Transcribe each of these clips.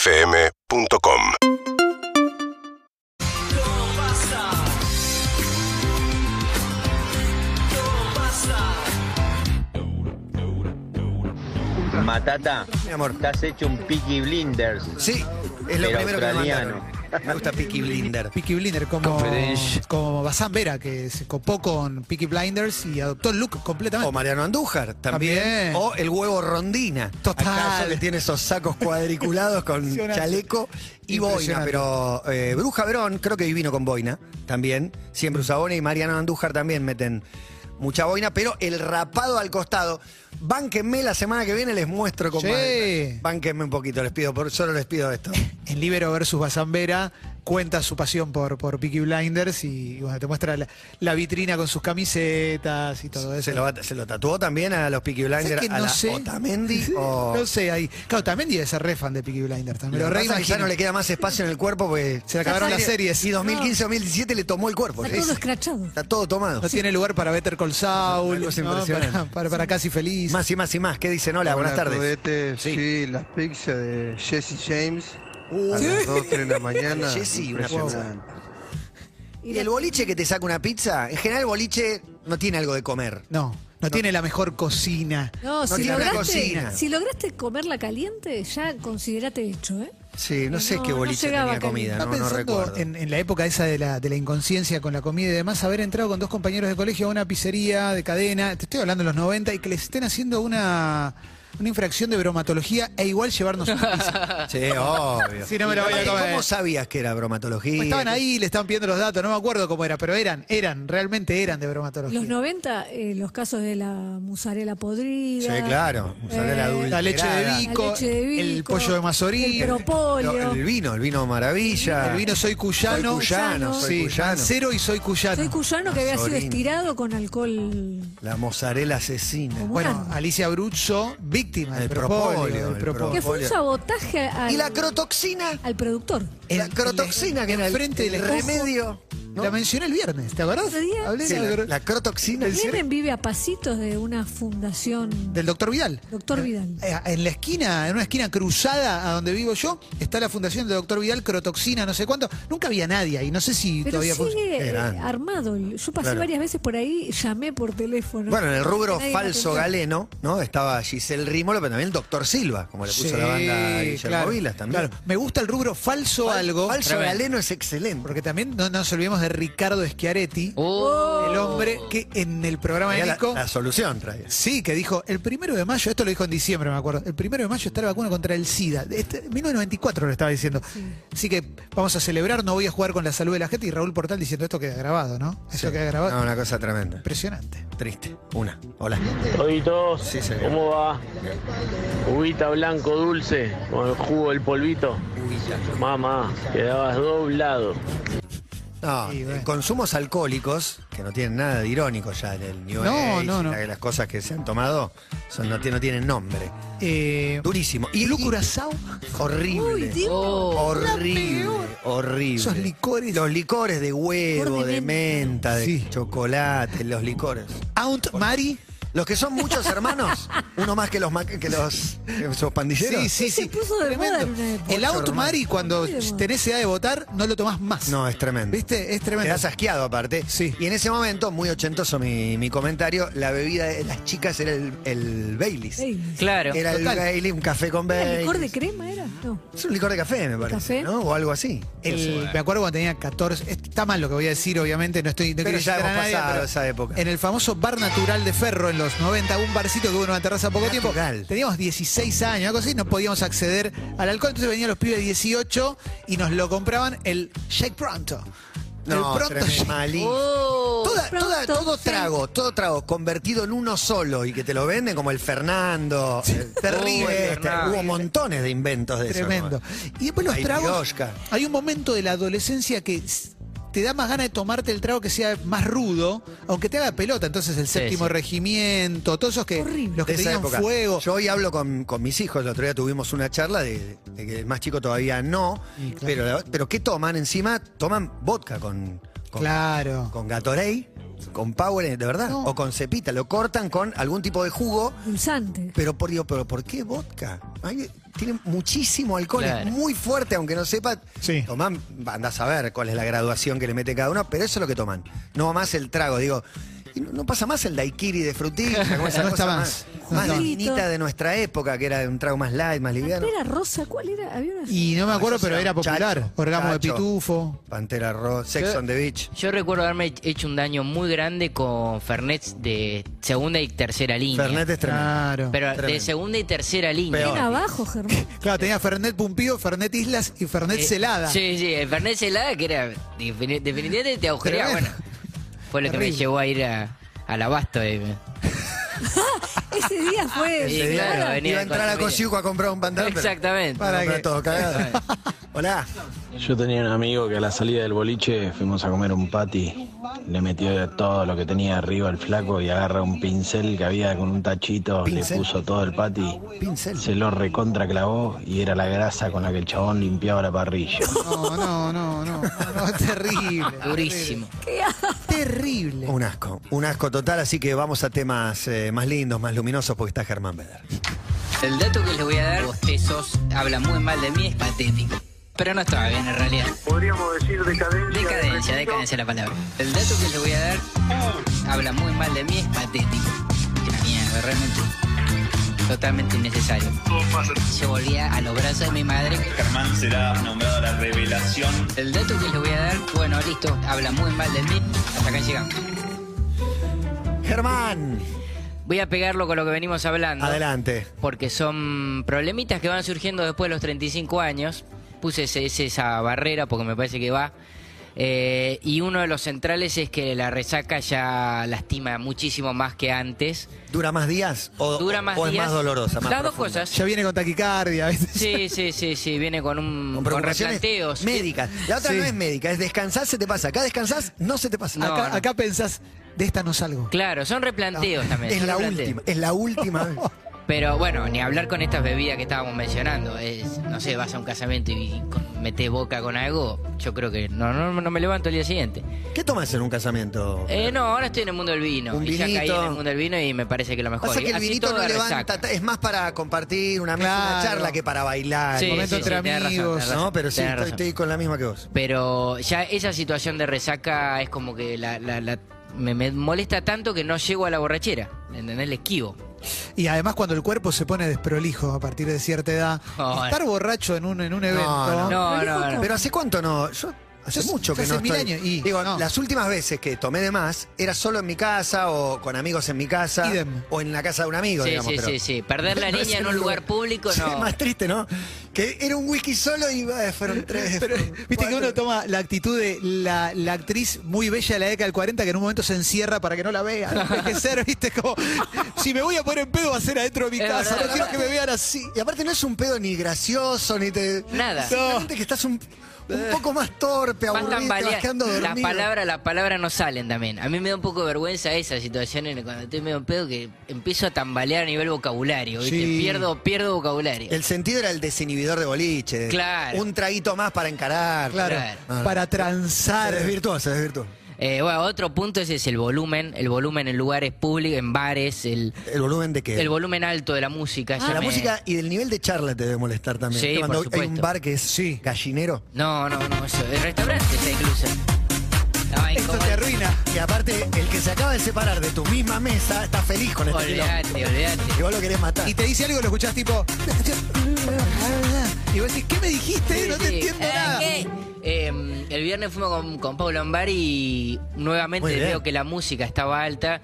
UrbanaPlayFM.com Matata, Mi amor. estás hecho un Peaky Blinders. Sí, es lo Pero primero que me australiano. mandaron. Me gusta Peaky Blinder. Peaky Blinder, como, Fresh. como Bazán Vera, que se copó con Peaky Blinders y adoptó el look O completamente. Mariano Andújar también. También. O el huevo rondina. Total. Acaso que tiene esos sacos cuadriculados con Impresionante. chaleco y boina. Impresionante. Pero eh, Bruja Verón creo que divino con boina también. Siempre usa boina y Mariano Andújar también meten mucha boina. Pero el rapado al costado. Bánquenme la semana que viene, les muestro cómo Sí. es. Bánquenme un poquito, les pido, por, solo les pido esto. En Libero versus Bazán Vera cuenta su pasión por, por Peaky Blinders y, bueno, te muestra la, la vitrina con sus camisetas y todo eso. ¿Se lo, va- se lo tatuó también a los Peaky ¿Sabés Blinders, que a no la sé? Otamendi? o- No sé, ahí. Claro, también debe ser re fan de Peaky Blinders también. Pero Lo Rey reimagino. ya no le queda más espacio en el cuerpo porque Se le acabaron las series. Y 2015-2017 le tomó el cuerpo. Está sí. todo escrachado. Está todo tomado. No tiene lugar para Better Call Saul, Una cosa ¿no? impresionante. para, para- para Casi Feliz. Más y más y más. ¿Qué dicen? Hola, buenas tardes. Cudete. Sí. Uh, Sí. las pizzas de Jesse James. a las 2, 3 de la mañana. Jesse, una Impresionante. Y el boliche que te saca una pizza, en general el boliche no tiene algo de comer. No, no, tiene la mejor cocina. No, No si, tiene lograste, cocina. si lograste comerla caliente, ya considerate hecho, ¿eh? Sí, no sé No, qué no boliche llegaba tenía acá. comida, no, Estaba no recuerdo. pensando en, en la época esa de la, de la inconsciencia con la comida y demás, haber entrado con dos compañeros de colegio a una pizzería de cadena, te estoy hablando de los 90, y que les estén haciendo una, una infracción de bromatología e igual llevarnos una pizza. Sí, obvio. Sí, no me la voy a ¿Y comer. ¿Cómo sabías que era bromatología? Pues estaban ahí, le estaban pidiendo los datos, no me acuerdo cómo era, pero eran, eran, realmente eran de bromatología. Los 90, eh, los casos de la musarela podrida. Sí, claro. Mozzarella Eh, la leche de adulterada. bico, La leche de bico, el pollo de mazorí, el el, propóleo. No, El vino, el vino maravilla. vino soy cuyano, Soy cuyano, soy sí, cuyano. cero y soy cuyano. Soy cuyano que había sido Mazorín. estirado con alcohol. La mozzarella asesina. ¿Cómo? bueno, Cuyano. Alicia Bruzzo, víctima del El propóleo, propóleo, del el propóleo. Que fue un Olio. sabotaje al, ¿Y la crotoxina? al productor. La El- crotoxina, que era el, enfrente el del espejo. remedio. ¿no? La mencioné el viernes, ¿te acordás? Otro día. Hablé Sí, de- la, la crotoxina. Clemen vive a pasitos de una fundación. del doctor Vidal. Doctor Vidal. Eh, En la esquina, en una esquina cruzada a donde vivo yo, está la fundación del doctor Vidal, crotoxina, no sé cuánto. Nunca había nadie ahí, no sé si Pero todavía fun- sigue Qué eh, grande. armado. Yo pasé Claro. varias veces por ahí, llamé por teléfono. Bueno, en el rubro Nadie me falso atendió. galeno, ¿no? Estaba Giselle Rímolo, pero también el doctor Silva, como le puso Sí, la banda a Guillermo claro, Vilas también. claro. Me gusta el rubro falso algo. Falso galeno es excelente. Porque también no nos olvidemos de Ricardo Schiaretti, el hombre que en el programa de Traía Oh. la, Nico. la solución traía. Sí, que dijo, el primero de mayo, esto lo dijo en diciembre, me acuerdo, el primero de mayo está la vacuna contra el SIDA. Este, 1994 lo estaba diciendo. Así que vamos a celebrar, no voy a jugar con la salud de la gente. Y Raúl Portal diciendo, esto queda grabado, ¿no? Esto Sí. queda grabado. No, una cosa tremenda. Impresionante. Triste. Una. Hola. Toditos, Sí, señor. ¿cómo va? Juguita blanco dulce con el jugo del polvito. Mamá, quedabas doblado. No, eh, Sí, bueno. consumos alcohólicos, que no tienen nada de irónico ya en el New No, Age, no, no. la- las cosas que se han tomado, son, no, tie- no tienen nombre. Eh, Durísimo. Y y Lu y- Curazao, Horrible. Uy, Dios. Horrible, horrible. esos licores. Los licores de huevo, Licor de de menta, de Sí. chocolate, los licores. Aunt Mari. Los que son muchos hermanos, uno más que los ma- que los que esos pandilleros. Sí, sí, Este Se sí. puso de moda en una época. El Aunt Mari, cuando Muy de moda. tenés edad de votar, no lo tomás más. No, es tremendo. ¿Viste? Es Te tremendo. das asqueado aparte. Sí. Y en ese momento, muy ochentoso mi, mi comentario, la bebida de las chicas era el, el Baileys. Ey, Claro. Era el Total. Baileys, un café con ¿era Baileys. licor de crema era? No. Es un licor de café, me parece, Café. ¿no? O algo así. El- eh. me acuerdo cuando tenía 14. Está mal lo que voy a decir, obviamente. No estoy. No Pero quiero ya incitar a hemos nadie, pasado pero esa época. En el famoso bar natural de Ferro en los 90, un barcito que hubo en una terraza poco Natural. tiempo. Teníamos 16 años, algo así. No podíamos acceder al alcohol. Entonces venían los pibes de 18 y nos lo compraban el Shake Pronto. No, el Pronto tremendo, Shake. malísimo. Toda- Pronto, toda- todo sí. trago, todo trago convertido en uno solo y que te lo venden como el Fernando, el Uy, terrible. este, Fernando. Hubo montones de inventos de Tremendo. eso. Y después los Ay, tragos. Piroshka. Hay un momento de la adolescencia que s- te da más ganas de tomarte el trago que sea más rudo, aunque te haga pelota. Entonces el séptimo sí. regimiento, todos esos que Horrible. los que De esa tenían época. fuego. Yo hoy hablo con, con mis hijos, el otro día tuvimos una charla de, de que el más chico todavía no, Y claro. pero, pero ¿qué toman encima? Toman vodka con, con, claro. con Gatorade, con Power, de verdad, No. o con cepita, lo cortan con algún tipo de jugo. Dulzante. Pero por Dios, pero ¿por qué vodka? Ay, tiene muchísimo alcohol, Claro. es muy fuerte, aunque no sepa. Sí. Tomán, anda a saber cuál es la graduación que le mete cada uno, pero eso es lo que toman. No más el trago, digo. y No no pasa más el daiquiri de frutilla, como esa No cosa está más, más. más No está divinita más. de nuestra época, que era un trago más light, más liviano. ¿Era rosa? ¿Cuál era? Había una... Y no me acuerdo, eso pero era era popular. chacho, Orgamo de chacho. pitufo. Pantera Ross, Sex Yo- on the Beach. Yo recuerdo haberme hecho un daño muy grande con Fernet de segunda y tercera línea. Fernet es tremendo. Claro. pero de tremendo. segunda y tercera línea. Peor. Bien abajo, Germán. Claro, Eh. tenía Fernet Pumpío, Fernet Islas y Fernet Eh, Celada. Sí, sí, el Fernet Celada que era defini- definitivamente te agujería, Tremendo. bueno. Fue lo que me Terrible. llevó a ir a, al abasto. eh. Ese día fue. Sí, Ese día claro, venía Iba a con entrar a familia. Cosiuco a comprar un pantalón. pero- Exactamente. Para Para que que- todo cagado. Hola. Yo tenía un amigo que a la salida del boliche fuimos a comer un patty. Le metió de todo lo que tenía arriba el flaco y agarra un pincel que había con un tachito, Pincel. le puso todo el patty, Pincel. se lo recontra clavó y era la grasa con la que el chabón limpiaba la parrilla. No, no, no, no. no, es terrible. Durísimo. Terrible. Un asco, un asco total, así que vamos a temas eh, más lindos, más luminosos, porque está Germán Beder. El dato que les voy a dar, bostezos, habla muy mal de mí, es patético. Pero no estaba bien en realidad. Podríamos decir decadencia. Decadencia, decadencia es la palabra. El dato que les voy a dar, habla muy mal de mí, es patético. Es una mierda, realmente. Totalmente innecesario. Se volvía a los brazos de mi madre. Germán será nombrado la revelación. El dato que les voy a dar, bueno, listo, habla muy mal de mí. Hasta acá llegamos. Germán, Voy a pegarlo con lo que venimos hablando. adelante. porque son problemitas que van surgiendo después de los 35 años. Puse ese- ese- esa barrera porque me parece que va. Eh, y uno de los centrales es que la resaca ya lastima muchísimo más que antes. ¿Dura más días o, Dura más o días. es más dolorosa? Más Las dos profunda? cosas. Ya viene con taquicardia. ¿viste? Sí, sí, sí, sí. Viene con un Con con, preocupaciones replanteos. médicas. La otra Sí. no es médica, es descansar, se te pasa. Acá descansás, no se te pasa. No, acá, no. acá pensás, de esta no salgo. Claro, son replanteos también. Ah, es son la replanteos. última, es la última vez. Pero bueno, ni hablar con estas bebidas que estábamos mencionando. Es, no sé, vas a un casamiento y con- metés boca con algo. Yo creo que no, no, no me levanto el día siguiente. ¿Qué tomas en un casamiento? Eh, no, ahora estoy en el mundo del vino. Un y ya caí vinito. en el mundo del vino y me parece que lo mejor. Pasa que el Así vinito todo no levanta, resaca. ta- es más para compartir una, mesa, una Claro. charla que para bailar. Sí, momento sí, entre sí, tenés razón, amigos, tenés razón, No, pero sí, tenés estoy, razón. estoy con la misma que vos. Pero ya esa situación de resaca es como que la, la- la- me, me molesta tanto que no llego a la borrachera. ¿Entendés? Le esquivo. Y además cuando el cuerpo se pone desprolijo a partir de cierta edad, Joder. estar borracho en un, en un evento... no. No, no, no. Ah, Pero hace cuánto no. Yo hace Yo- mucho yo que hace no mil estoy. años y- Digo, no. las últimas veces que tomé de más era solo en mi casa o con amigos en mi casa Idem. o en la casa de un amigo, Sí, digamos. sí, pero- sí, sí. Perder la No es niña en un lugar público, Sí, no. más triste, ¿no? Que era un whisky solo y eh, fueron tres. Pero, fueron Viste que cuatro. uno toma la actitud de la, la actriz muy bella de la década del 40 que en un momento se encierra para que no la vean. No hay que ser, viste, como si me voy a poner en pedo va a ser adentro de mi Es casa, verdad. no quiero que me vean así. Y aparte no es un pedo ni gracioso, ni te. Nada. Simplemente que estás un, un poco más torpe, Más aburrido, te vas tambalear. quedando dormido. Las palabras las palabras no salen también. A mí me da un poco de vergüenza esa situación en el- cuando estoy medio en pedo que empiezo a tambalear a nivel vocabulario. ¿viste? Sí. Pierdo, pierdo vocabulario. El sentido era el desinhibidor de boliche. Claro. Un traguito más para encarar. Claro, Claro. Ah, para Se transar. desvirtuó, se desvirtuó. Eh, bueno, otro punto ese es el volumen, el volumen en lugares públicos, en bares, el, ¿El volumen de qué? el volumen alto de la música. ya Ah, la me- música y del nivel de charla te debe molestar también. Sí, Cuando por hay un supuesto. bar que es gallinero. No, no, no, eso. El restaurante está incluso. No, Esto incómodo. te arruina. Y aparte, el que se acaba de separar de tu misma mesa está feliz con este Olvídate, quilombo. olvídate. Y vos lo querés matar. Y te dice algo y lo escuchás tipo. Y vos decís, ¿qué me dijiste? No te Sí, sí. entiendo Eh, nada. ¿qué? Eh, el viernes fuimos con, con Pablo Ambar y nuevamente Muy bien. veo que la música estaba alta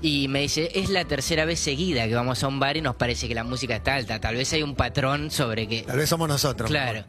y me dice, es la tercera vez seguida que vamos a un bar y nos parece que la música está alta. Tal vez hay un patrón sobre que... Tal vez somos nosotros. Claro,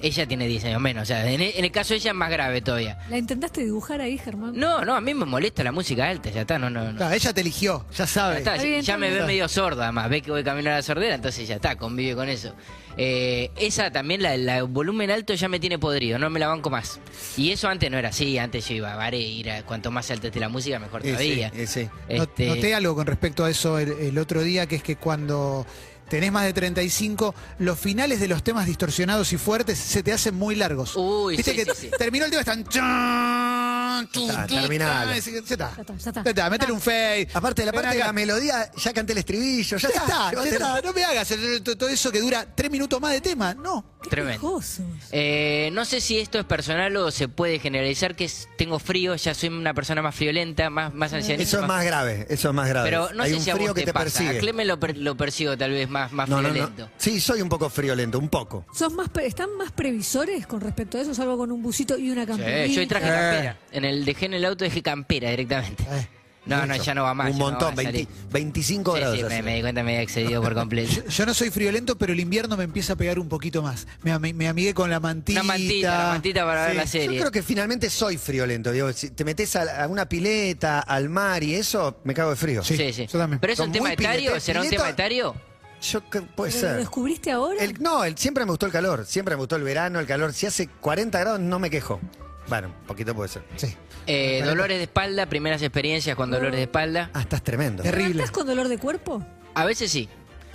ella tiene 10 años menos, o sea, en e- en el caso de ella es más grave todavía. ¿La intentaste dibujar ahí, Germán? No, no, a mí me molesta la música alta, ya está, no, no, no. Claro, Ah, ella te eligió, ya Ya, sabe. está, Está bien, ya me está ve bien. medio sordo, además, ve que voy camino a la sordera, entonces ya está, convive con eso. Eh, esa también, la, la volumen alto ya me tiene podrido, no me la banco más. Y eso antes no era así, antes yo iba a bares, ir a, cuanto más alta esté la música, mejor Y sí, todavía. y sí. No- Este, Noté algo con respecto a eso el, el otro día, que es que cuando tenés más de 35, los finales de los temas distorsionados y fuertes se te hacen muy largos. Uy, Viste sí, que sí, sí. terminó el tema, están... chan, tan, tu, Está, tu, terminalo. tan, ese- Ya está. Ya está, ya está. Ya está, métele Ah. un fade. Aparte, la Ven parte de acá. la melodía, ya canté el estribillo, ya, Ya está, ya llévatelo. está. No me hagas el- todo eso que dura tres minutos más de tema. No. Qué Tremendo. pegajosos. Eh, no sé si esto es personal o se puede generalizar que es- tengo frío, ya soy una persona más friolenta, más, más anciana. Eso es más grave, eso es más grave. Pero no Hay sé un si a frío vos que te, te pasa. A persigue. Cleme lo, per- lo percibo tal vez más, más No, no, friolento. no. Sí, soy un poco friolento, un poco. ¿Son más pre- ¿Están más previsores con respecto a eso? Salvo con un busito y una Sí, camperita. yo hoy traje Eh. campera. En el, dejé en el auto, dejé campera directamente. Eh, No, no, ya no va más. un ya no montón, va a salir. 20 25 Sí, grados. sí, me, hace. me di cuenta, me había excedido por completo. Yo, yo no soy friolento, pero el invierno me empieza a pegar un poquito más. Me, ami- me amigué con la mantita. una mantita, una mantita para ver Sí. la serie. Yo creo que finalmente soy friolento. Digo, si te metes a, a una pileta, al mar y eso, me cago de frío. Sí. Sí, sí. yo también. ¿Pero es Son un tema muy etario? pilete- ¿Será un pileta- tema etario? Eh, Yo que- puede ¿Pero ¿Lo ser. descubriste ahora? El- no, el- siempre me gustó el calor. Siempre me gustó el verano, el calor. Si hace 40 grados, no me quejo. Bueno, un poquito puede ser. Sí. Eh, dolores de espalda, primeras experiencias con dolores de espalda. Ah, estás tremendo. Terrible. ¿Estás con dolor de cuerpo? A veces sí.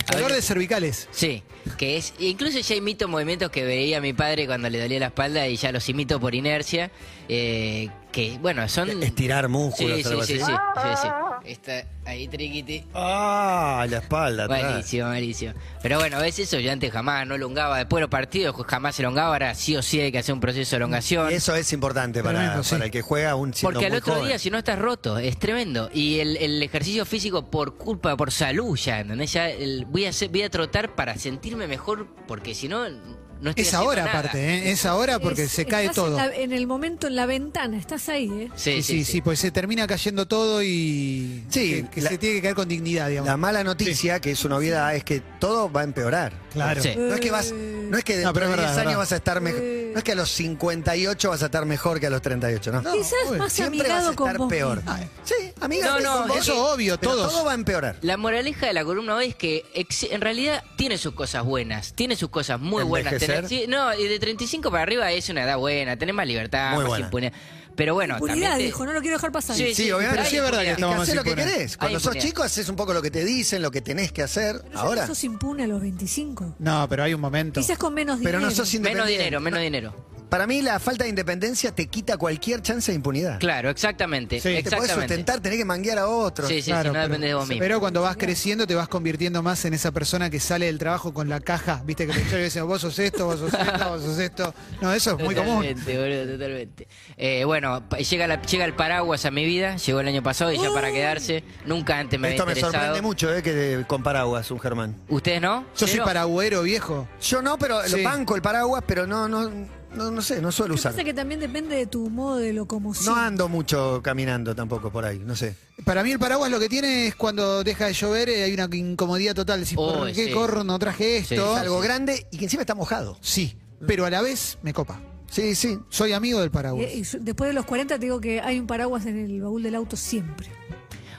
A Dolor de veces- cervicales. Sí, que es. Incluso ya imito movimientos que veía mi padre cuando le dolía la espalda y ya los imito por inercia. eh, que, bueno, son. Mm. Estirar músculos, Sí, sí, algo sí, sí, así. sí, sí. Está ahí, triquiti. Ah, la espalda. atrás. Malísimo, malísimo. Pero bueno, a veces eso yo antes jamás no elongaba. Después de los partidos pues, jamás elongaba. Ahora sí o sí hay que hacer un proceso de elongación. Y Eso es importante para, Tremendo, sí. para el que juega un siendo Porque al muy otro joven. día, si no estás roto, es tremendo. Y el, el ejercicio físico por culpa, por salud ya, ¿entendés? Ya el- voy, a hacer- voy a trotar para sentirme mejor, porque si no, no estoy Es haciendo ahora, nada. aparte, ¿eh? es ahora porque Es- se cae estás En, todo. la- en el momento, en la ventana, estás ahí, ¿eh? Sí, Sí, sí, sí, pues se termina cayendo todo y. Sí, que, que la- se tiene que caer con dignidad, digamos. La mala noticia, que es una obviedad, es que todo va a empeorar. claro. Sí. No es que vas, no es que No, dentro pero es de 10 años verdad, es verdad. vas a estar mejor. Eh. No es que a los 58 vas a estar mejor que a los 38, ¿no? No, Quizás obvio. más Siempre vas a amigado con estar vos peor. mismo. Sí, amiga. No, sí, no, con vos. eso obvio, Pero todos. Todo va a empeorar. La moraleja de la columna hoy es que ex- en realidad tiene sus cosas buenas, tiene sus cosas muy buenas. Envejecer. Tenés- sí, no, y de 35 para arriba es una edad buena, tenés más libertad, Muy más buena. impunidad. Pero bueno, Impunidad, también te- dijo, no lo quiero dejar pasar. Sí, Sí, obviamente. pero Sí, hay es verdad Es que impunidad. que Estamos haces lo que impunes. querés. Cuando Hay sos impunidad. chico, haces un poco lo que te dicen, lo que tenés que hacer. Pero ya Ahora. no sos impune a los 25. No, pero hay un momento. Quizás con menos dinero. Pero no sos Menos independiente. dinero, menos dinero. Para mí, la falta de independencia te quita cualquier chance de impunidad. Claro, exactamente. Sí. Te podés exactamente. sustentar, tenés que manguear a otro. Sí, sí, sí, Claro, no depende de vos mismo. Pero cuando vas creciendo te vas convirtiendo más en esa persona que sale del trabajo con la caja. Viste que le dicen, vos sos esto, vos sos esto, vos sos esto. No, eso es muy común. Totalmente, boludo, totalmente. Eh, bueno, pa- llega, la- llega el paraguas a mi vida, llegó el año pasado y ya para quedarse, nunca antes me Esto había me interesado. sorprende mucho, eh, que con paraguas, un Germán. ¿Ustedes no? Yo soy ¿Cero? paragüero, viejo. Yo no, pero Sí. lo banco el paraguas, pero no, no, no, no sé, no suelo Lo que usar. pasa es que también depende de tu modo de locomoción. No ando mucho caminando tampoco por ahí, no sé. Para mí el paraguas lo que tiene es cuando deja de llover eh, hay una incomodidad total. Decís, Oh, ¿por qué sí. corro? No traje esto. Sí, Es sí, algo grande y que encima está mojado. Sí, pero a la vez me copa. Sí, sí. Soy amigo del Y- paraguas. Eh, y yo- después de los 40 te digo que hay un paraguas en el baúl del auto siempre.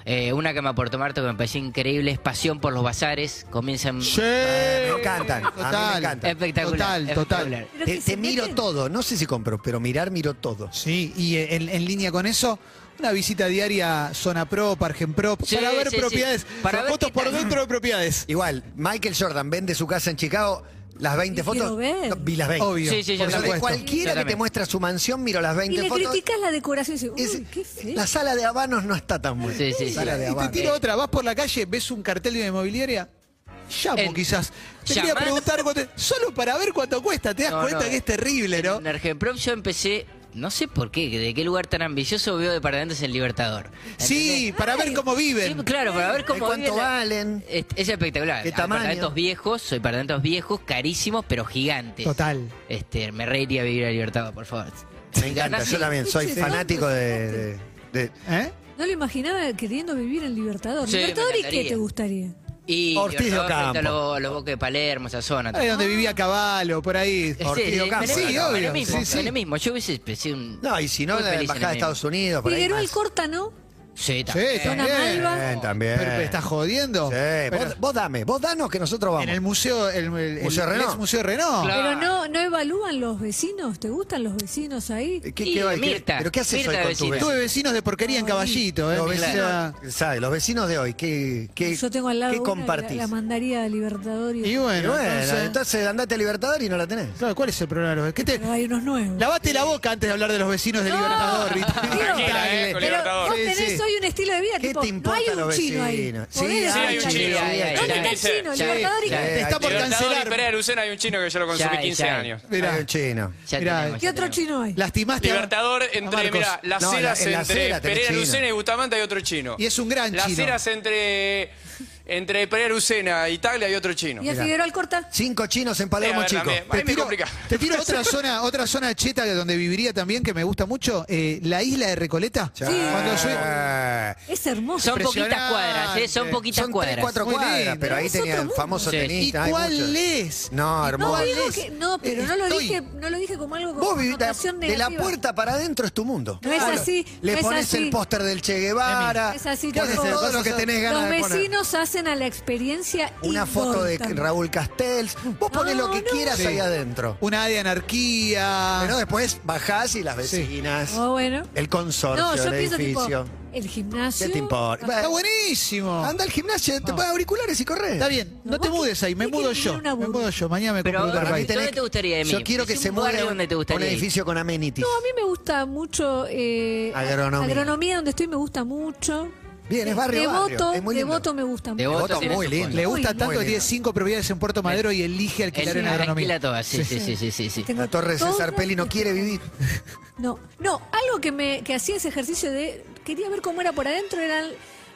Eh, una que me aportó Marto que me pareció increíble es Pasión por los bazares. Comienzan. Eh, me encantan, a mí me Total. encantan. Espectacular. Total, espectacular. Pero Eh, Te, que se te miro meten- todo, no sé si compro, pero mirar miro todo. Sí, y en, en línea con eso, una visita diaria a Zona Pro, Pargen Pro, Sí, para ver sí, propiedades, sí. Para Son ver fotos qué por tal. dentro de propiedades. Igual, Michael Jordan vende su casa en Chicago, las 20 Y fotos. quiero ver. no, vi las 20. Obvio, Sí, sí, yo Pero por de también. supuesto. cualquiera que te Totalmente. muestra su mansión, miro las Y 20 le fotos. criticas la decoración y dices, uy, Es- qué feo. la sala de habanos no está tan buena. Sí, sí, sí. Sala de Y te habanos. tiro otra, vas por la calle, ves un cartel de una inmobiliaria, llamo En- quizás. Te quería ¿Llamás? preguntar cuánto- solo para ver cuánto cuesta, te das No, cuenta no. que es terrible, ¿no? En Argenprom yo empecé, no sé por qué, de qué lugar tan ambicioso veo departamentos en Libertador. ¿Entendés? Sí, para ver cómo Sí, viven. claro, para ver ¿De cómo cuánto viven la- valen? Es, es espectacular. ¿Qué Hay tamaño? Apartamentos viejos, soy apartamentos viejos, carísimos, pero gigantes. Total. Este, me reiría a vivir a Libertad, por favor. Me encanta, yo también soy Sí. fanático de- de- de, ¿Eh? No lo imaginaba queriendo vivir en Libertador. Sí, me ¿Libertador y qué encantaría. te gustaría? Y Ortiz de Libertador frente a Ocampo. Los, los bosques de Palermo, esa zona. Ahí donde vivía Caballo, por ahí. Sí, Ortiz de sí, Ocampo. en el Sí, mismo, En obvio, el mismo, sí, sí. en el mismo. Yo hubiese sido un. No, y si no, muy la feliz en embajada el de Estados mismo. Unidos. Por ahí Figueroa y más. Corta, ¿no? Sí, Sí, también. también. También, también. Pero, pero estás jodiendo. Sí, Pero vos, vos dame, vos danos que nosotros vamos. en el museo, el, el- Museo el Renault. ex museo Renault. Pero Claro. no, no evalúan los vecinos. ¿Te gustan los vecinos ahí? ¿Qué, Y va- Mirta, ¿Pero qué haces Mirta hoy con tu vecina. vecino? Tuve vecinos de porquería en Ay, caballito, ¿eh? Los O vecinos, sea, ¿sabes? Los vecinos de hoy, ¿qué, qué, Yo tengo al lado qué una que compartís? La, la mandaría a Libertador y, Y Y bueno, bueno, entonces- entonces... andate a Libertador y no la tenés. claro, ¿cuál es el problema? ¿Qué te- pero hay unos nuevos. Lavate la boca antes de hablar de los vecinos de No. Libertador, Rita. Tranquila, Dale. eh, con pero Libertador. vos Sí, tenés sí. hoy un estilo de vida ¿Qué tipo, te no hay importa un los chino ahí. vecinos? Podés Sí, decir, hay un "Chale, chino, chale, hay, hay, ¿Dónde está el chale". chino? Sí, Libertador y sí, Te qué? está por Libertador y cancelar. Pereira de Lucena hay un chino que yo lo consumí Ya, 15 ya. años. Mirá, Hay un chino. Ya Mirá, tenemos, ¿Qué ya otro tenemos. chino hay? lastimaste. a- Libertador A entre, Marcos. mira, las No, la- eras en la entre acera tenés Pereira chino. Lucena y Bustamante hay otro chino. Y es un gran las chino. eras entre, entre Pereira Lucena y Taglia hay otro chino. ¿Y a Figueroa Alcorta? Cinco chinos en Sí, a Palermo ver, Chico. también. Ahí me complica. Te tiro otra zona, otra zona cheta que- donde viviría también que me gusta mucho, eh, la isla de Recoleta. Sí. Ah, Cuando yo- Es hermoso. Son poquitas Impresionante. cuadras, ¿eh? Son poquitas Son cuadras. tres, cuatro Muy cuadras, lindo. pero ahí Es otro tenían mundo. famosos Sí. ¿Y tenistas. hay muchos. cuál es? No, hermoso. No digo Vales. que no, pero no lo Estoy- dije, no lo dije como algo con Vos vivís la- connotación de la negativa. puerta para adentro es tu mundo. No es así, Le no es pones así. el póster del Che Guevara. Es así, pones Chaco. todo lo que tenés ganas Los de poner. vecinos hacen a la experiencia Una foto de indolta. Raúl Castells. Vos ponés No, lo que no. quieras Sí. ahí adentro. Una de anarquía. Ah. Pero después bajás y las vecinas. Ah, bueno. El consorcio, No, yo el pienso tipo Ah, edificio. el gimnasio. ¿Qué te importa? Está Bueno, buenísimo. Anda al gimnasio, te pones auriculares y corres. Está bien, no, No, te vos mudes ahí, me tenés que mudo vivir yo. una Me burbuja. mudo yo, mañana me Pero compro un ahora lugar para ¿dónde mí. te gustaría de mí? Yo quiero que Decí se un barrio mueva un, donde te gustaría un ir. edificio con amenities. No, a mí me gusta mucho eh, Agronomía. agronomía, donde estoy me gusta mucho. Bien, es barrio, barrio. Devoto, Es muy lindo. Devoto me gusta mucho. Devoto Devoto tiene muy su lindo. fondo. Le gusta Muy tanto que bien. tiene cinco propiedades en Puerto Madero y elige alquilar en Él alquila agronomía. todas, sí, sí, sí, sí, sí, sí. Tengo La torre todas César Peli no quiere vivir. No, no, algo que me que hacía ese ejercicio de quería ver cómo era por adentro era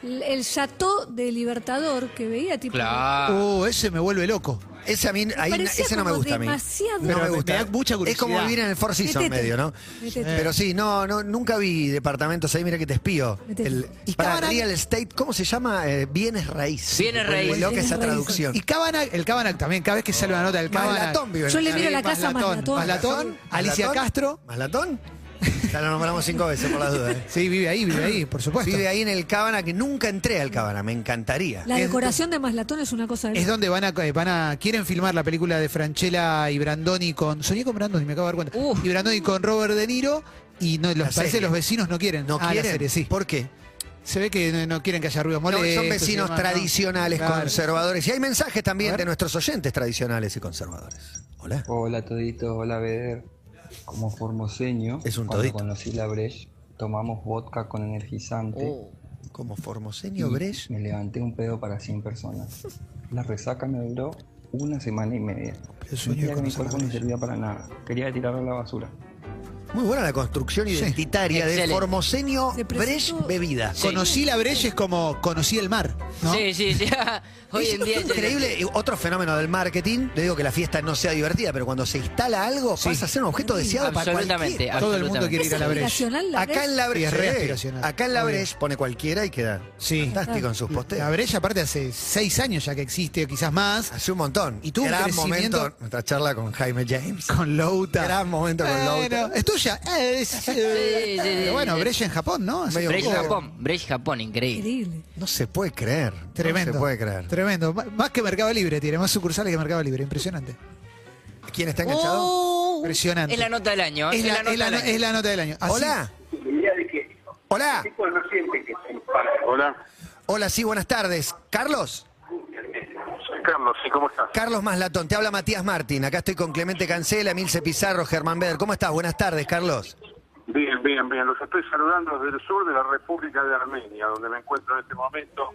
el, el chateau de Libertador que veía tipo Claro. Oh, ese me vuelve loco. Ese a mí, ahí- parecía ese no me como gusta a mí. demasiado. No Pero me me gusta. da mucha es como curiosidad. vivir en el Four Seasons Metete. medio, ¿no? Metete. Pero sí, no, no, nunca vi departamentos ahí, mira que te espío. Metete. El, Y para Cabana- real estate, ¿cómo se llama? Eh, bienes raíz. Bienes Vuelve loca raíz. esa Bienes raíz. traducción. Y Cabanac, el Cabanac también, cada vez que sale una nota del Cabanac. Maslatón vive en Yo le el- miro la Sí, casa Maslatón, Maslatón. Maslatón, Alicia ¿Maslatón? Castro. ¿Maslatón? Ya lo nombramos cinco veces por las dudas. ¿eh? Sí, vive ahí, vive ahí, por supuesto. Vive ahí en el Cábana, que nunca entré al Cábana, me encantaría. La Es- decoración de Maslatón es una cosa de Es donde van a, eh, van a. Quieren filmar la película de Franchella y Brandoni con. Soñé con Brandoni, me acabo de dar cuenta. Uf. Y Brandoni con Robert De Niro. Y no, los, parece serie. los vecinos no quieren. ¿No Ah, la quieren? serie, sí. ¿Por qué? Se ve que no, no quieren que haya ruidos No, molestos. son y vecinos demás, ¿no? tradicionales, Claro. conservadores. Y hay mensajes A también ver. de nuestros oyentes tradicionales y conservadores. Hola. Hola todito, hola Beder. Como formoseño, Es un cuando todito. conocí la Breche, tomamos vodka con energizante. Uh. Oh. Como y Mm. formoseño Bresh. me levanté un pedo para 100 personas. La resaca me duró una semana y media. el sueño de Sentía que mi conocer la cuerpo no Breche. servía para nada. Quería tirarlo a la basura. Muy buena la construcción identitaria de Excelente. formoseño Se Bresh presentó- bebida. Sí. Conocí la Breche es como conocí el mar. ¿no? Sí, sí, sí. Hoy en día... Es increíble. Y Otro fenómeno del marketing. Le digo que la fiesta no sea divertida, pero cuando se instala algo, pasa a ser un objeto deseado para Absolutamente. cualquiera. absolutamente. Todo el mundo quiere Es ir a la Breche. aspiracional la Acá en la Sí, es re Breche, aspiracional. acá en la Muy bien. Breche pone cualquiera y queda Sí. fantástico en sus La posteos. Breche, aparte, hace seis años ya que existe, o quizás más. Hace un montón. Y tuvo un Gran crecimiento- momento nuestra charla con Jaime James. Con Louta. Gran momento con Bueno, Louta. Es tuya. Eh, es- sí, sí, bueno, sí. Breche en Japón, ¿no? Hace Medio Brecht poco. Japón. Brecht Japón, increíble. increíble. No se puede creer. Tremendo. No se puede creer. Tremendo. M- Más que Mercado Libre tiene, más sucursales que Mercado Libre. Impresionante. ¿Quién está Oh, enganchado? Impresionante. Es la nota del año. ¿eh? Es la, es la no- del año. es la nota del año. Así- Hola. Hola. Hola, Hola, sí, buenas tardes. ¿Carlos? soy Carlos, ¿y cómo estás? Carlos Maslatón, te habla Matías Martín. Acá estoy con Clemente Cancela, Emilce Pizarro, Germán Beder. ¿Cómo estás? Buenas tardes, Carlos. Bien, bien, bien. Los estoy saludando desde el sur de la República de Armenia, donde me encuentro en este momento.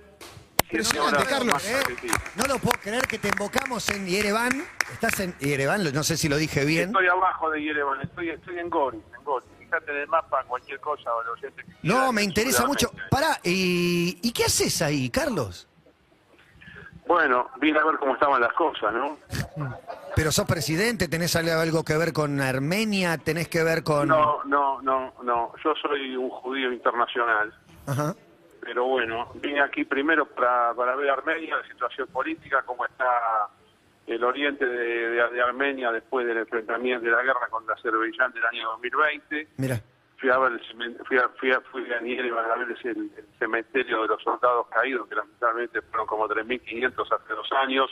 Siete Impresionante, horas Carlos, más ¿eh? tarde, sí. No lo puedo creer que te embocamos en Yerevan. Estás en Yerevan, no sé si lo dije bien. Estoy abajo de Yerevan, estoy, estoy en Gori, en Gori. Fíjate en el mapa, cualquier cosa. o los oyentes que No, quieran, me interesa mucho. seguramente. Pará, ¿y, ¿y qué haces ahí, Carlos? Bueno, vine a ver cómo estaban las cosas, ¿no? Pero sos presidente, tenés algo que ver con Armenia, tenés que ver con... No, no, no, no. Yo soy un judío internacional. Ajá. pero bueno, vine aquí primero para, para ver Armenia, la situación política, cómo está el oriente de, de- de Armenia después del enfrentamiento de la guerra contra Azerbaiyán del año 2020. Mira, fui a ver el cemen- fui a, fui a, fui a Nieve a ver el, el cementerio de los soldados caídos, que lamentablemente fueron como 3.500 hace dos años,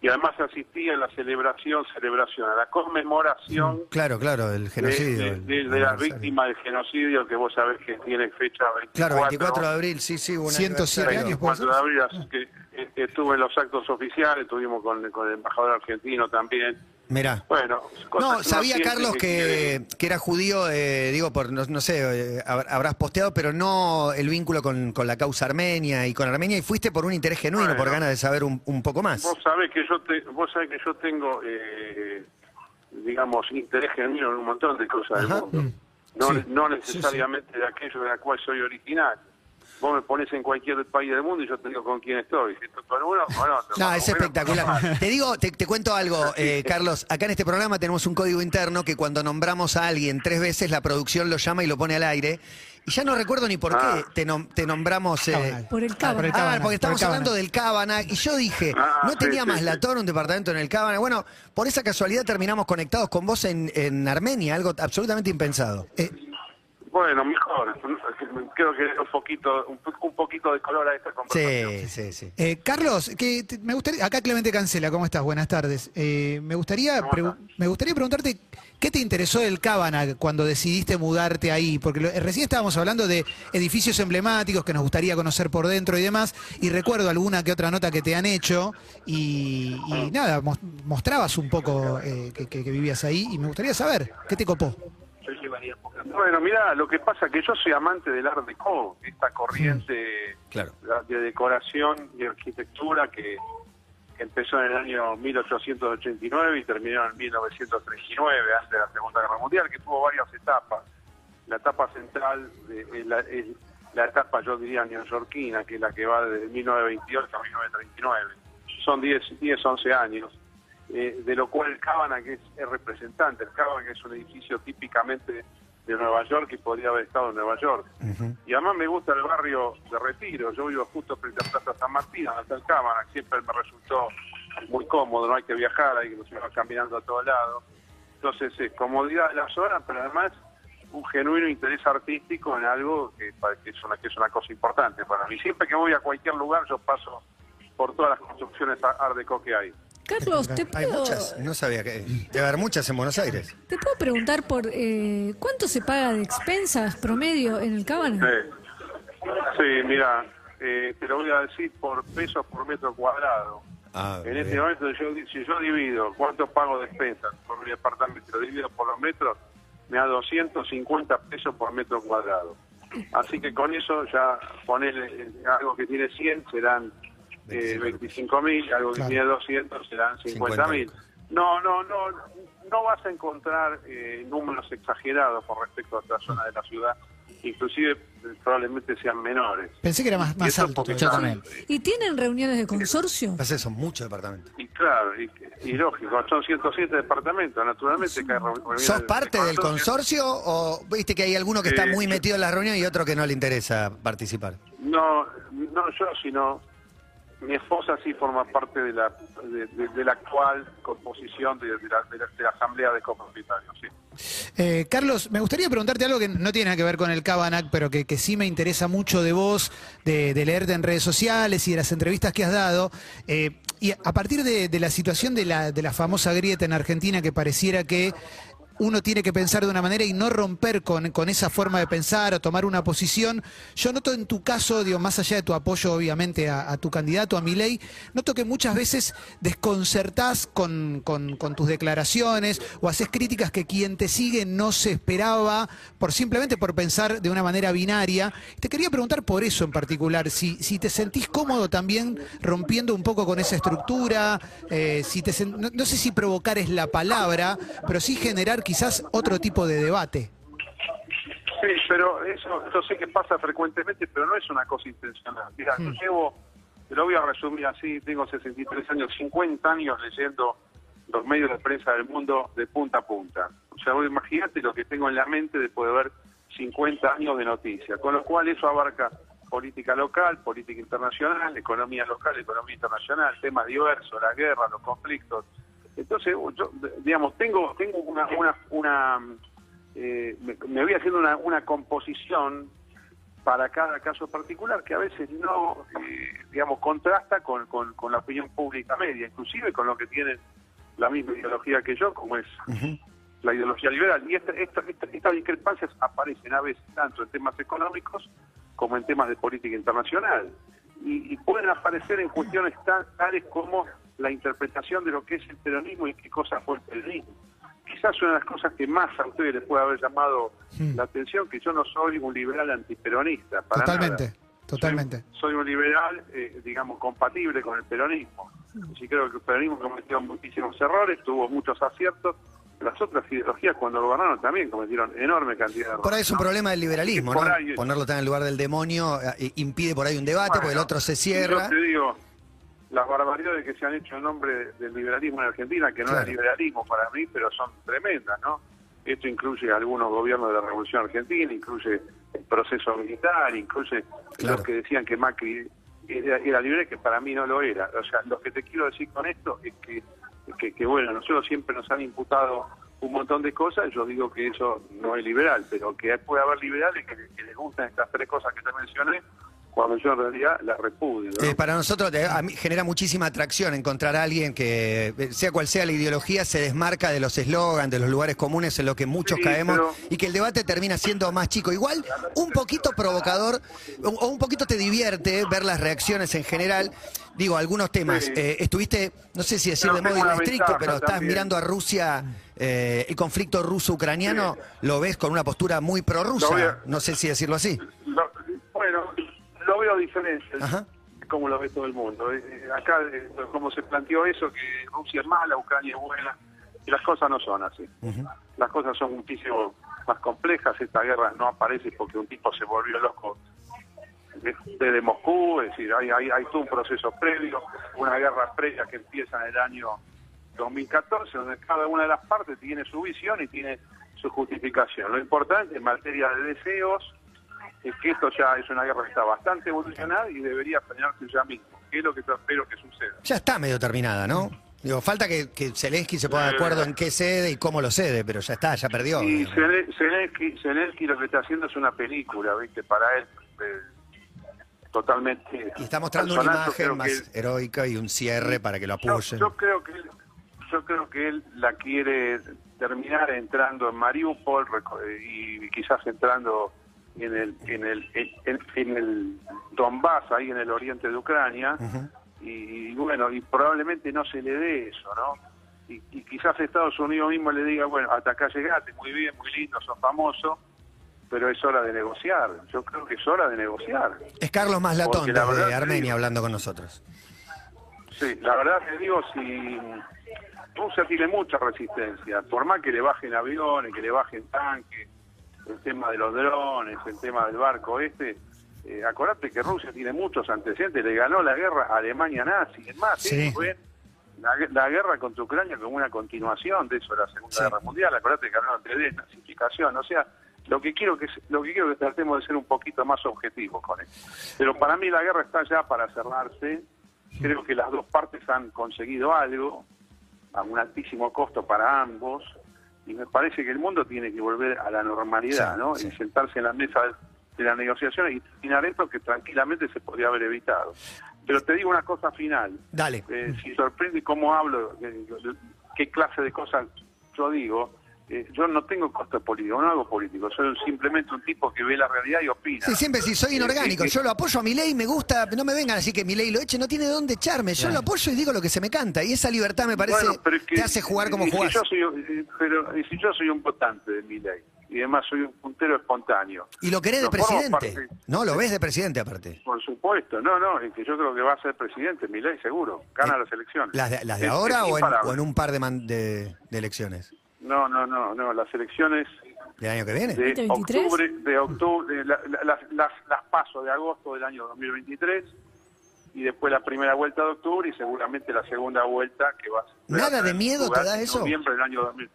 y además asistí a la celebración, celebración, a la conmemoración Claro, claro, el de, genocidio. de- el- de- de las víctimas del genocidio, que vos sabés que tiene fecha 24. Claro, 24 de abril, sí, sí. hubo un 107 aniversario. años, Cuatro de abril, así que eh, estuve en los actos oficiales, estuvimos con, con el embajador argentino también. Mirá. Bueno, cosas que No, uno sabía siente Carlos que, que era judío, eh, digo, por no, no sé, eh, hab- habrás posteado, pero no el vínculo con, con la causa armenia y con Armenia, y fuiste por un interés genuino, por ganas de saber un, un poco más. Vos sabés que yo te, vos sabés que yo tengo eh, digamos interés genuino en un montón de cosas del mundo. Mm. No, no necesariamente de aquello de la cual soy original. Vos me pones en cualquier país del mundo y yo te digo con quién estoy. Si estoy con uno o no. No, es espectacular. Te digo, te, te cuento algo, eh, Carlos. Acá en este programa tenemos un código interno que cuando nombramos a alguien tres veces, la producción lo llama y lo pone al aire. Y ya no recuerdo ni por Ah. qué te, nom- te nombramos. eh, Por el Ah, cabo. porque estamos hablando del Cábana y yo dije, Ah, no sí, tenía sí, más sí. latón un departamento en el Cábana. Bueno, por esa casualidad terminamos conectados con vos en, en Armenia, algo absolutamente impensado. Eh, Bueno, mejor. Creo que un poquito, un, po- un poquito de color a esta conversación. sí, sí, sí. Eh, Carlos, que te- me gustaría, acá Clemente Cancela, ¿cómo estás? Buenas tardes. Eh, me, gustaría pregu- me gustaría preguntarte, ¿qué te interesó del Cábana cuando decidiste mudarte ahí? Porque lo- eh, recién estábamos hablando de edificios emblemáticos que nos gustaría conocer por dentro y demás, y recuerdo alguna que otra nota que te han hecho, y, y nada, mos- mostrabas un poco eh, que, que- que vivías ahí, y me gustaría saber, ¿qué te copó? Bueno, mira, lo que pasa es que yo soy amante del Art Deco, esta corriente Mm, Claro. la- de decoración y arquitectura que, que empezó en el año 1889 y terminó en 1939, antes de la Segunda Guerra Mundial, que tuvo varias etapas. La etapa central de- es la, es la etapa, yo diría, neoyorquina, que es la que va desde 1928 a 1939. Son 10, 10 11 años. eh, de lo cual el Cábana, que es, es representante, el Cábana que es un edificio típicamente de Nueva York y podría haber estado en Nueva York. Y además me gusta el barrio de Retiro. Yo vivo justo frente a Plaza San Martín, donde está el cámara. Siempre me resultó muy cómodo, no hay que viajar, hay que va caminando a todos lados. Entonces, es comodidad de la zona, pero además un genuino interés artístico en algo que, pa- que es una, que es una cosa importante para mí. Siempre que voy a cualquier lugar, yo paso por todas las construcciones a- art deco que hay. Carlos, ¿te Hay puedo, muchas, no sabía que. Debe haber muchas en Buenos Aires. te puedo preguntar por eh, cuánto se paga de expensas promedio en el Cábana? Sí, Eh, sí mira, eh, te lo voy a decir por pesos por metro cuadrado. Ah, En este momento, yo, di- si yo divido cuánto pago de despensas por mi departamento, lo divido por los metros, me da 250 pesos por metro cuadrado. Así que con eso ya ponerle algo que tiene 100 serán eh, 25 mil, algo que tiene 200 serán 50 mil. No, no, no, no vas a encontrar eh, números exagerados con respecto a otra zona de la ciudad, inclusive eh, probablemente sean menores. Pensé que era más, más eso alto. porque eh, todavía. está- Yo también. ¿Y tienen reuniones de consorcio? Pasa eso, muchos departamentos. Y claro, y, y lógico, son 107 departamentos, naturalmente que hay reuni- reuniones ¿Sos de- Eh, parte del consorcio o viste que hay alguno que está Sí. muy metido en la reunión y otro que no le interesa participar? No, no yo, sino mi esposa sí forma parte de la, de, de- de la actual composición de, de la, de la- de la asamblea de copropietarios. Sí. Eh, Carlos, me gustaría preguntarte algo que no tiene nada que ver con el Cabanac, pero que, que sí me interesa mucho de vos, de, de leerte en redes sociales y de las entrevistas que has dado. Eh, y a partir de, de la situación de la, de la famosa grieta en Argentina, que pareciera que uno tiene que pensar de una manera y no romper con, con esa forma de pensar o tomar una posición. Yo noto en tu caso, digo, más allá de tu apoyo obviamente a, a tu candidato, a mi ley, noto que muchas veces desconcertás con, con- con tus declaraciones o haces críticas que quien te sigue no se esperaba por simplemente por pensar de una manera binaria. Te quería preguntar por eso en particular, si, si te sentís cómodo también rompiendo un poco con esa estructura, eh, si te sen- no, no sé si provocar es la palabra, pero sí generar quizás otro tipo de debate. Sí, pero eso yo sé que pasa frecuentemente, pero no es una cosa intencional. Mira, yo llevo, te lo voy a resumir así, tengo 63 años, 50 años leyendo los medios de prensa del mundo de punta a punta. O sea, vos imagínate lo que tengo en la mente después de ver 50 años de noticias, con lo cual eso abarca política local, política internacional, economía local, economía internacional, temas diversos, las guerras, los conflictos. Entonces, yo, digamos, tengo tengo una, una, una eh, me, me voy haciendo una, una composición para cada caso particular que a veces no, eh, digamos, contrasta con, con, con la opinión pública media, inclusive con lo que tienen la misma ideología que yo, como es la ideología liberal. Y esta- esta- esta- estas discrepancias aparecen a veces tanto en temas económicos como en temas de política internacional. Y, y pueden aparecer en cuestiones tan- tales como la interpretación de lo que es el peronismo y qué cosa fue el peronismo. Quizás una de las cosas que más a ustedes les puede haber llamado Hmm. la atención, que yo no soy un liberal antiperonista. Para Totalmente, nada. totalmente. Soy un liberal, eh, digamos, compatible con el peronismo. Sí creo que el peronismo cometió muchísimos errores, tuvo muchos aciertos. Las otras ideologías cuando gobernaron también cometieron enorme cantidad de errores. Por ahí es un ¿no? problema del liberalismo, ¿no? Por ahí- Ponerlo tan en el lugar del demonio eh, impide por ahí un debate, porque el Bueno, otro se Yo cierra. te digo, las barbaridades que se han hecho en nombre del liberalismo en Argentina, que no Claro. es liberalismo para mí, pero son tremendas, ¿no? Esto incluye algunos gobiernos de la Revolución Argentina, incluye el proceso militar, incluye los que decían que Macri era, era libre, que para mí no lo era. O sea, lo que te quiero decir con esto es que, que, que, bueno, nosotros siempre nos han imputado un montón de cosas, yo digo que eso no es liberal, pero que puede haber liberales que, que les gustan estas tres cosas que te mencioné, cuando yo en realidad las repudio. ¿no? Eh, para nosotros eh, a mí genera muchísima atracción encontrar a alguien que, eh, sea cual sea la ideología, se desmarca de los eslogans, de los lugares comunes en los que muchos Sí, caemos pero- y que el debate termina siendo más chico. Igual, un poquito provocador o- o un poquito te divierte ver las reacciones en general. Digo, algunos temas. Sí. Eh, estuviste, no sé si decir Pero de modo tengo una irrestricto, ventaja pero estás también. mirando a Rusia, eh, el conflicto ruso-ucraniano, lo ves con una postura muy Lo voy prorrusa. a- No sé si decirlo así. Lo- bueno, lo veo diferente, como lo ve todo el mundo. Eh, eh, Acá, eh, como se planteó eso, que Rusia es mala, Ucrania es buena, y las cosas no son así. Las cosas son muchísimo más complejas, esta guerra no aparece porque un tipo se volvió loco de- desde Moscú, es decir, hay, hay, hay todo un proceso previo, una guerra previa que empieza en el año 2014, donde cada una de las partes tiene su visión y tiene su justificación. Lo importante en materia de deseos es que esto ya es una guerra que está bastante evolucionada y debería frenarse ya mismo, que es lo que yo espero que suceda. Ya está medio terminada, ¿no? Digo, falta que, que Zelensky se ponga de acuerdo en qué cede y cómo lo cede, pero ya está, ya perdió. Y Zele- Zelensky, Zelensky lo que está haciendo es una película, ¿viste? Para él, eh, totalmente. Está mostrando una personal, yo imagen creo más que él- heroica y un cierre para que lo apoyen. Yo creo que él, yo creo que él la quiere terminar entrando en Mariupol reco- eh, y quizás entrando en el en el en, en el Donbass ahí en el oriente de Ucrania y, y bueno y probablemente no se le dé eso, ¿no? Y, y quizás Estados Unidos mismo le diga bueno hasta acá llegaste muy bien muy lindo sos famoso pero es hora de negociar. Yo creo que es hora de negociar. Es Carlos Maslatón Porque la verdad desde te Armenia digo- hablando con nosotros. Sí, la verdad te digo, si Rusia tiene mucha resistencia, por más que le bajen aviones, que le bajen tanques, el tema de los drones, el tema del barco este, eh, acordate que Rusia tiene muchos antecedentes, le ganó la guerra a Alemania nazi, es más, Sí. eh, fue la, gue- la guerra contra Ucrania como una continuación de eso de la Segunda Guerra Mundial, acordate que hablaron de desnazificación, o sea, lo que quiero que se- lo que quiero que tratemos de ser un poquito más objetivos con esto. Pero para mí la guerra está ya para cerrarse. Creo que las dos partes han conseguido algo a un altísimo costo para ambos y me parece que el mundo tiene que volver a la normalidad, Sí, ¿no? Y sentarse en la mesa de las negociaciones y terminar esto que tranquilamente se podría haber evitado. Pero te digo una cosa final. Dale. Eh, si sorprende cómo hablo, eh, qué clase de cosas yo digo, eh, yo no tengo costo político, no hago político, soy simplemente un tipo que ve la realidad y opina. Sí, siempre si soy Eh, inorgánico, eh, yo lo apoyo a mi ley, me gusta, no me vengan así que mi ley lo eche, no tiene dónde echarme, yo lo apoyo y digo lo que se me canta, y esa libertad me parece Bueno, pero es que- te hace jugar como y si jugás. yo soy- eh, pero y si yo soy un votante de mi ley, y además soy un puntero espontáneo. Y lo querés de no formo presidente, parte- ¿no? Lo ves de presidente aparte. Por supuesto, no, no, es que yo creo que va a ser presidente, mi ley seguro, gana las elecciones. ¿Las de, las de Es- ahora es o en, imparable. o en un par de, man- de- de elecciones? No, no, no, no, las elecciones ¿Del año que viene? de octubre, de octubre, de la- la- las, las, las paso de agosto del año 2023 y después la primera vuelta de octubre y seguramente la segunda vuelta que va a ser. ¿Nada de miedo te lugar da en eso? Noviembre del año 2000.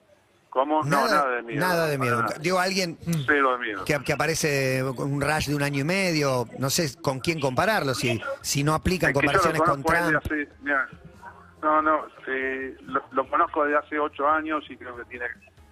¿Cómo? no, nada de miedo. Nada de miedo. Digo, alguien Cero de miedo. que, que aparece con un rush de un año y medio, no sé con quién compararlo, si, si no aplican Es que yo lo comparaciones con conozco a él de Trump. hace- mirá, no, no, eh, lo, lo conozco desde hace ocho años y creo que tiene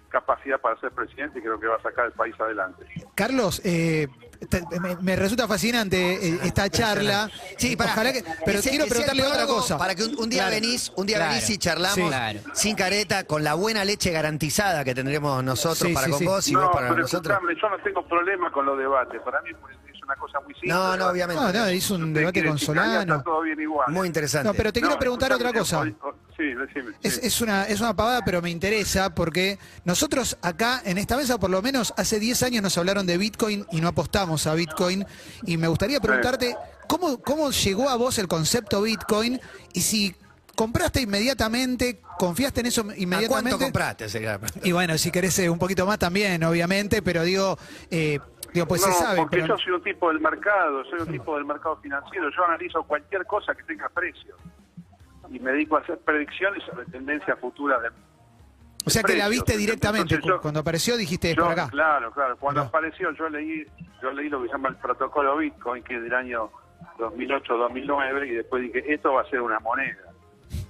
capacidad para ser presidente y creo que va a sacar el país adelante. Carlos, eh, te- me, me resulta fascinante eh, esta charla. Sí, pará. Ojalá que- pero Ese- quiero ese preguntarle es el otra prólogo cosa. Para que un, un día Claro. venís, un día Claro. venís y charlamos Sí. sin careta, con la buena leche garantizada que tendremos nosotros Sí, para sí, con sí. vos y no, vos para pero nosotros. escuchame, yo no tengo problema con los debates. Para mí pues, es una cosa muy simple. No, no, obviamente. No, no, hizo un debate Quiere con decir que allá Solano. Está todo bien igual. Muy interesante. No, pero te quiero No, preguntar otra escuchame, cosa. o- o- Sí, decime. Es, sí. es una, es una pavada, pero me interesa porque nosotros acá en esta mesa, por lo menos hace 10 años, nos hablaron de Bitcoin y no apostamos a Bitcoin. Y me gustaría preguntarte, ¿cómo, cómo llegó a vos el concepto Bitcoin? Y si compraste inmediatamente, confiaste en eso ¿A inmediatamente. cuánto compraste? Sería- Y bueno, si querés eh, un poquito más también, obviamente, pero digo, eh, digo pues no, se sabe. porque yo pero- soy un tipo del mercado, soy un tipo del mercado financiero. Yo analizo cualquier cosa que tenga precio y me dedico a hacer predicciones sobre tendencias futuras del o sea que la precios, viste entonces directamente. yo- cuando apareció dijiste, Este, es Yo, por acá. Claro, claro. Cuando Mirá. apareció, yo leí, yo leí lo que se llama el protocolo Bitcoin, que es del año 2008-2009, y después dije, esto va a ser una moneda.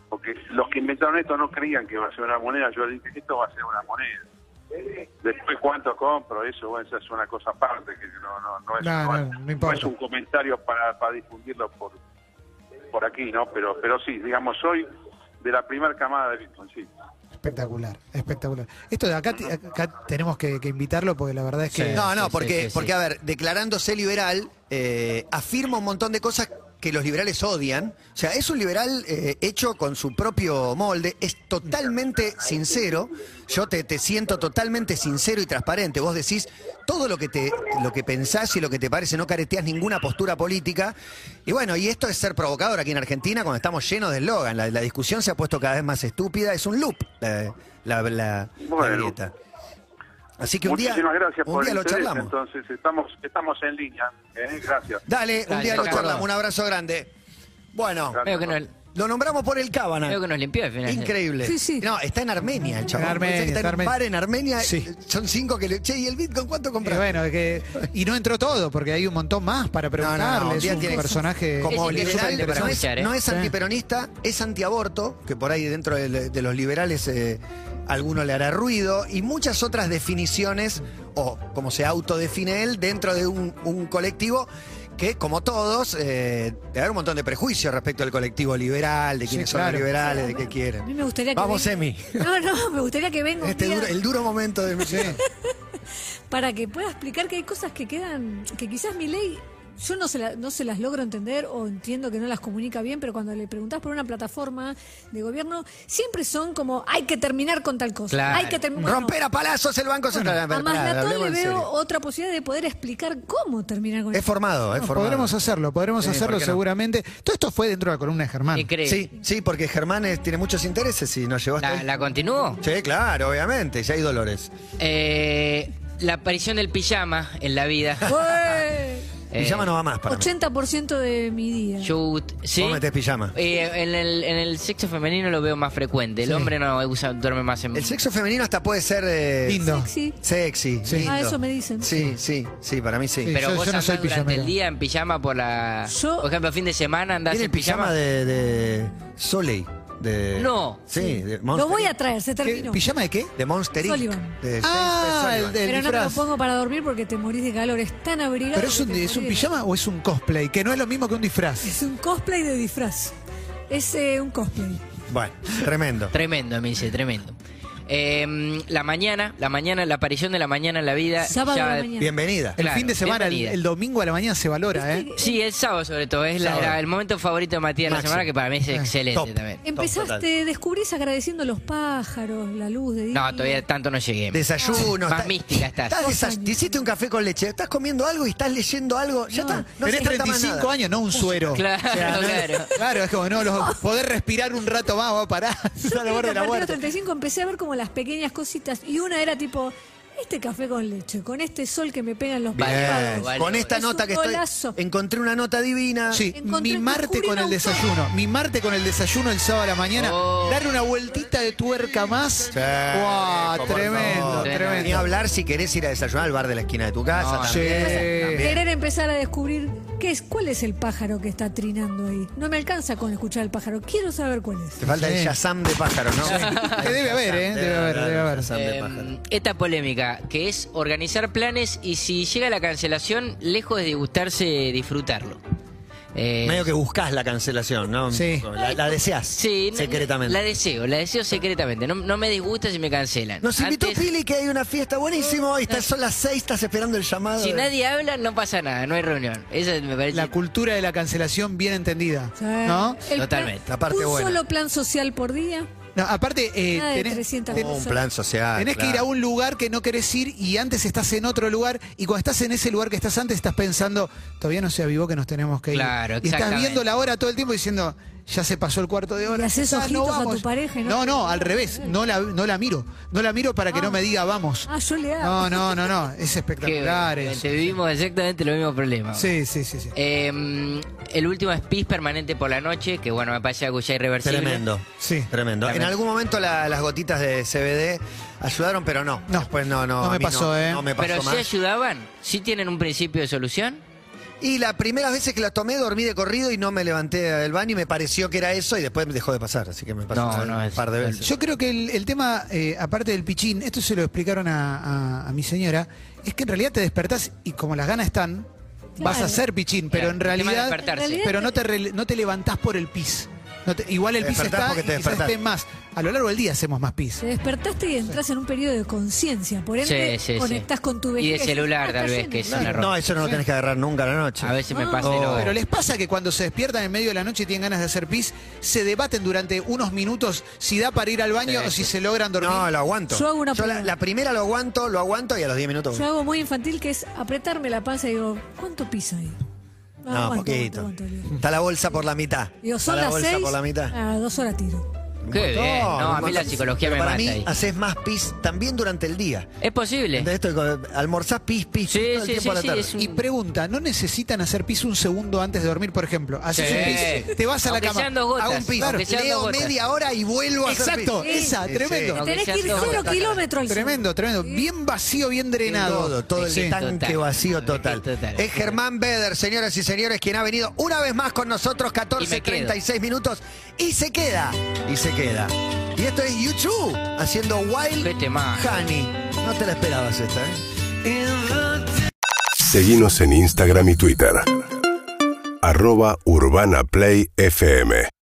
Porque los que inventaron esto no creían que va a ser una moneda. Yo dije, esto va a ser una moneda. Después, ¿cuánto compro? Eso, bueno, esa es una cosa aparte, que no, no, no es, No, no no, es- no no importa. es un comentario para, para difundirlo por por aquí, ¿no? Pero pero sí, digamos, soy de la primera camada de Bitcoin, sí. Espectacular, espectacular. Esto de acá, te- acá tenemos que, que invitarlo porque la verdad es eh, que. No, no, sí, porque, sí, sí, porque sí. a ver, declarándose liberal, eh, afirma un montón de cosas que los liberales odian. O sea, es un liberal eh, hecho con su propio molde, es totalmente sincero. Yo te, te siento totalmente sincero y transparente. Vos decís todo lo que te lo que pensás y lo que te parece, no careteás ninguna postura política. Y bueno, y esto es ser provocador aquí en Argentina cuando estamos llenos de eslogan. La, la discusión se ha puesto cada vez más estúpida, es un loop la, la- la- la Bueno. grieta. Así que un día, Muchísimas gracias un por día el lo interés, charlamos. Entonces, estamos, estamos en línea. ¿eh? Gracias. Dale, un Dale, día lo Ricardo. charlamos. Un abrazo grande. Bueno, Dale. Veo que nos, lo nombramos por el Cábana. veo que nos limpió al final. Increíble. Sí, sí. No, está en Armenia el chaval. En Armenia, Pensé que está en está un Armenia. bar en Armenia. Sí. Son cinco que le... Che, ¿y el Bitcoin cuánto Y compraste? bueno, es que, y no entró todo, porque hay un montón más para preguntarle. un es día un tiene- personaje Como Es liberal, interesante para no es, escuchar, ¿eh? no es Sí. antiperonista, es antiaborto, que por ahí dentro de, de los liberales eh, alguno le hará ruido, y muchas otras definiciones, o como se autodefine él, dentro de un, un colectivo que, como todos, eh, debe haber un montón de prejuicios respecto al colectivo liberal, de Sí, quiénes son claro. los liberales, de qué A quieren. mí me gustaría que Vamos, venga- Emi. No, no, me gustaría que venga un Este día duro- el duro momento de mi para que pueda explicar que hay cosas que quedan, que quizás mi ley yo no se, la- no se las logro entender o entiendo que no las comunica bien, pero cuando le preguntás por una plataforma de gobierno, siempre son como, hay que terminar con tal cosa. Claro. Hay que terminar. Romper a palazos el Banco Central. a Pará, Maslatón hablemos le en veo serio. otra posibilidad de poder explicar cómo terminar con Es formado, es No, formado. podremos hacerlo, podremos Sí, hacerlo ¿por qué no? seguramente. Todo esto fue dentro de la columna de Germán. Increíble. Sí, sí, porque Germán es- tiene muchos intereses y nos llevó hasta ¿La, ahí. la continúo? Sí, claro, obviamente, ya hay dolores. Eh, la aparición del pijama en la vida. Ué, Eh, pijama no va más para mí. 80% de mi día. Yo, sí. Vos metés pijama. Eh, en, el, en el sexo femenino lo veo más frecuente. El Sí. hombre no usa, duerme más en. El sexo femenino hasta puede ser eh, Lindo. Sexy. sexy. Sí. lindo. Ah, eso me dicen. Sí, sí, sí, para mí sí. Sí. Pero yo- vos yo no andás soy durante pijamero. el día en pijama por la. Yo- Por ejemplo, fin de semana andás Tiene en el pijama de, de Soleil. De, No. Sí, de Monster. Lo voy a traer, se ¿Qué? terminó. ¿Pijama de qué? De Monster Inc. Sullivan. De James P. Ah, Sullivan. el del Pero no me lo disfraz. pongo para dormir porque te morís de calor. Es tan abrigado. Pero es que un, te es un morís. pijama o es un cosplay, que no es lo mismo que un disfraz. Es un cosplay de disfraz. Es eh, un cosplay. Bueno, tremendo. Tremendo, me dice, tremendo. Eh, la mañana, la mañana, la aparición de la mañana en la vida. Sábado ya- a la mañana. Bienvenida. El Claro, fin de semana, el, bienvenida. el domingo a la mañana se valora, ¿eh? Sí, el sábado sobre todo. Es la- Sábado. la- el momento favorito de Matías de la Máximo. semana, que para mí es excelente Top. también. Empezaste, descubrís agradeciendo los pájaros, la luz de día. No, todavía tanto no llegué. Desayuno. Más está- mística estás. Em, estás desa- te hiciste un café con leche. Estás comiendo algo y estás leyendo algo. Ya está. No Tenés hace falta más 35 nada. años, no un suero. Claro, no es- claro. claro, es como, no, los, poder respirar un rato más, va a parar. Yo Está al creo que borde de la a partir de los muerte. 35 empecé a ver como las pequeñas cositas. Y una era tipo, este café con leche, con este sol que me pega en los Bien. párpados. Vale, Con vale. esta Es nota un que estoy. golazo. Eh. Encontré una nota divina. Sí, Ah, Encontré- mimarte descubrí con un el autor. desayuno. Mimarte con el desayuno el sábado a la mañana. Oh. Darle una vueltita de tuerca más. ¡Wow! Como Tremendo, no. Ni tremendo. hablar si querés ir a desayunar al bar de la esquina de tu casa. No, también. Che. Querer empezar a descubrir qué es, cuál es el pájaro que está trinando ahí. No me alcanza con escuchar el pájaro, quiero saber cuál es. Te falta el Sí. Shazam de pájaros, ¿no? Que debe haber, ¿eh? Debe haber, debe ver. Eh, Em, esta polémica, que es organizar planes y si llega la cancelación, lejos de disgustarse, disfrutarlo. Eh, Medio que buscás la cancelación, ¿no? Sí. La, la deseas sí, no- secretamente. La deseo, la deseo secretamente. No, no me disgusta si me cancelan. Nos invitó Antes, Ah. Pili que hay una fiesta buenísimo. Ahí está, son las seis, estás esperando el llamado. si de- nadie habla, no pasa nada, no hay reunión. Esa me parece. La cultura de la cancelación bien entendida. ¿No? El Totalmente. plan- un solo plan social por día. No, aparte, eh, Nada de tenés, 300 tenés- personas. Ah, social. tenés que ir a un lugar que no querés ir y antes estás en otro lugar y cuando estás en ese lugar que estás antes estás pensando, todavía no se avivó que nos tenemos que ir. y Claro, estás exactamente. viendo la hora todo el tiempo diciendo, ya se pasó el cuarto de hora. Le haces Ah, ojitos a tu pareja y No, no- no, al revés, no la, no la miro. No la miro para que no me diga vamos. Ah, yo le hago. No, no, no, no, es que, espectacular. eh, eso. te vivimos exactamente los mismos problemas. Sí, sí, sí, sí. Eh, el último es PIS permanente por la noche, que bueno, me parece algo ya irreversible. Tremendo. Sí. Tremendo. En Tremendo. algún momento la- las gotitas de CBD ayudaron, pero no. No. Después no, no. No a me mí pasó, ¿eh? No me pasó Pero si más. ayudaban, si tienen un principio de solución. Y las primeras veces que la tomé dormí de corrido y no me levanté del baño y me pareció que era eso y después me dejó de pasar. Así que me pasó No, un no, es- par de veces. Yo creo que el, el tema, eh, aparte del pichín, esto se lo explicaron a, a- a mi señora, es que en realidad te despertás y como las ganas están, vas a hacer pichín, pero Claro, en el tema de realidad, despertarse. En realidad pero no te, re- no te levantás por el pis. No te- igual el Te pis despertás está porque te y quizás despertás. esté más. A lo largo del día hacemos más pis. Te despertaste y entras en un periodo de conciencia. Por ende, Sí, sí, sí. conectás con tu vejez. Y Ah, de celular, Está tal vez, lleno. que es una No, eso no lo tenés que agarrar nunca a la noche. A veces me No. pasa y lo- Pero les pasa que cuando se despiertan en medio de la noche y tienen ganas de hacer pis, se debaten durante unos minutos si da para ir al baño Sí, o si sí. se logran dormir. No, lo aguanto. Yo hago una la, prueba. la primera lo aguanto, lo aguanto y a los 10 minutos. Yo hago muy infantil que es apretarme la panza y digo, ¿cuánto pisa ahí? Ah, no, aguanto, poquito. aguanto, aguanto. Está la bolsa por la mitad. Digo, Está son la las bolsa seis. por la mitad. A dos horas tiro. Qué Un montón, bien. No, un a mí la montón. psicología Pero me para mata mí ahí. haces más pis también durante el día. Es posible. ¿Entendés? Esto de co- almorzás pis, pis, Sí, pis todo el sí, tiempo sí, a la sí, tarde. es un- Y pregunta, ¿no necesitan hacer pis un segundo antes de dormir, por ejemplo? Haces Sí. un pis, te vas a la Aunque cama, sean dos gotas, hago un pis, aunque sean leo dos gotas. media media hora y vuelvo hora. a hacer Exacto, pis. pis. esa, Sí, tremendo. sí. Tenés que ir seas cero dos. kilómetros. al Tremendo, tremendo. Sí. Bien vacío, bien Todo, drenado. todo el Sí. tanque Total. vacío total. Total. Es Germán Beder, señoras y señores, quien ha venido una vez más con nosotros, 14, Y me quedo. 36 minutos, y se queda, y se queda. Y esto es YouTube haciendo Wild Vete más. Honey. No te la esperabas esta, ¿eh? Seguimos en Instagram y Twitter. Arroba Urbana Play FM.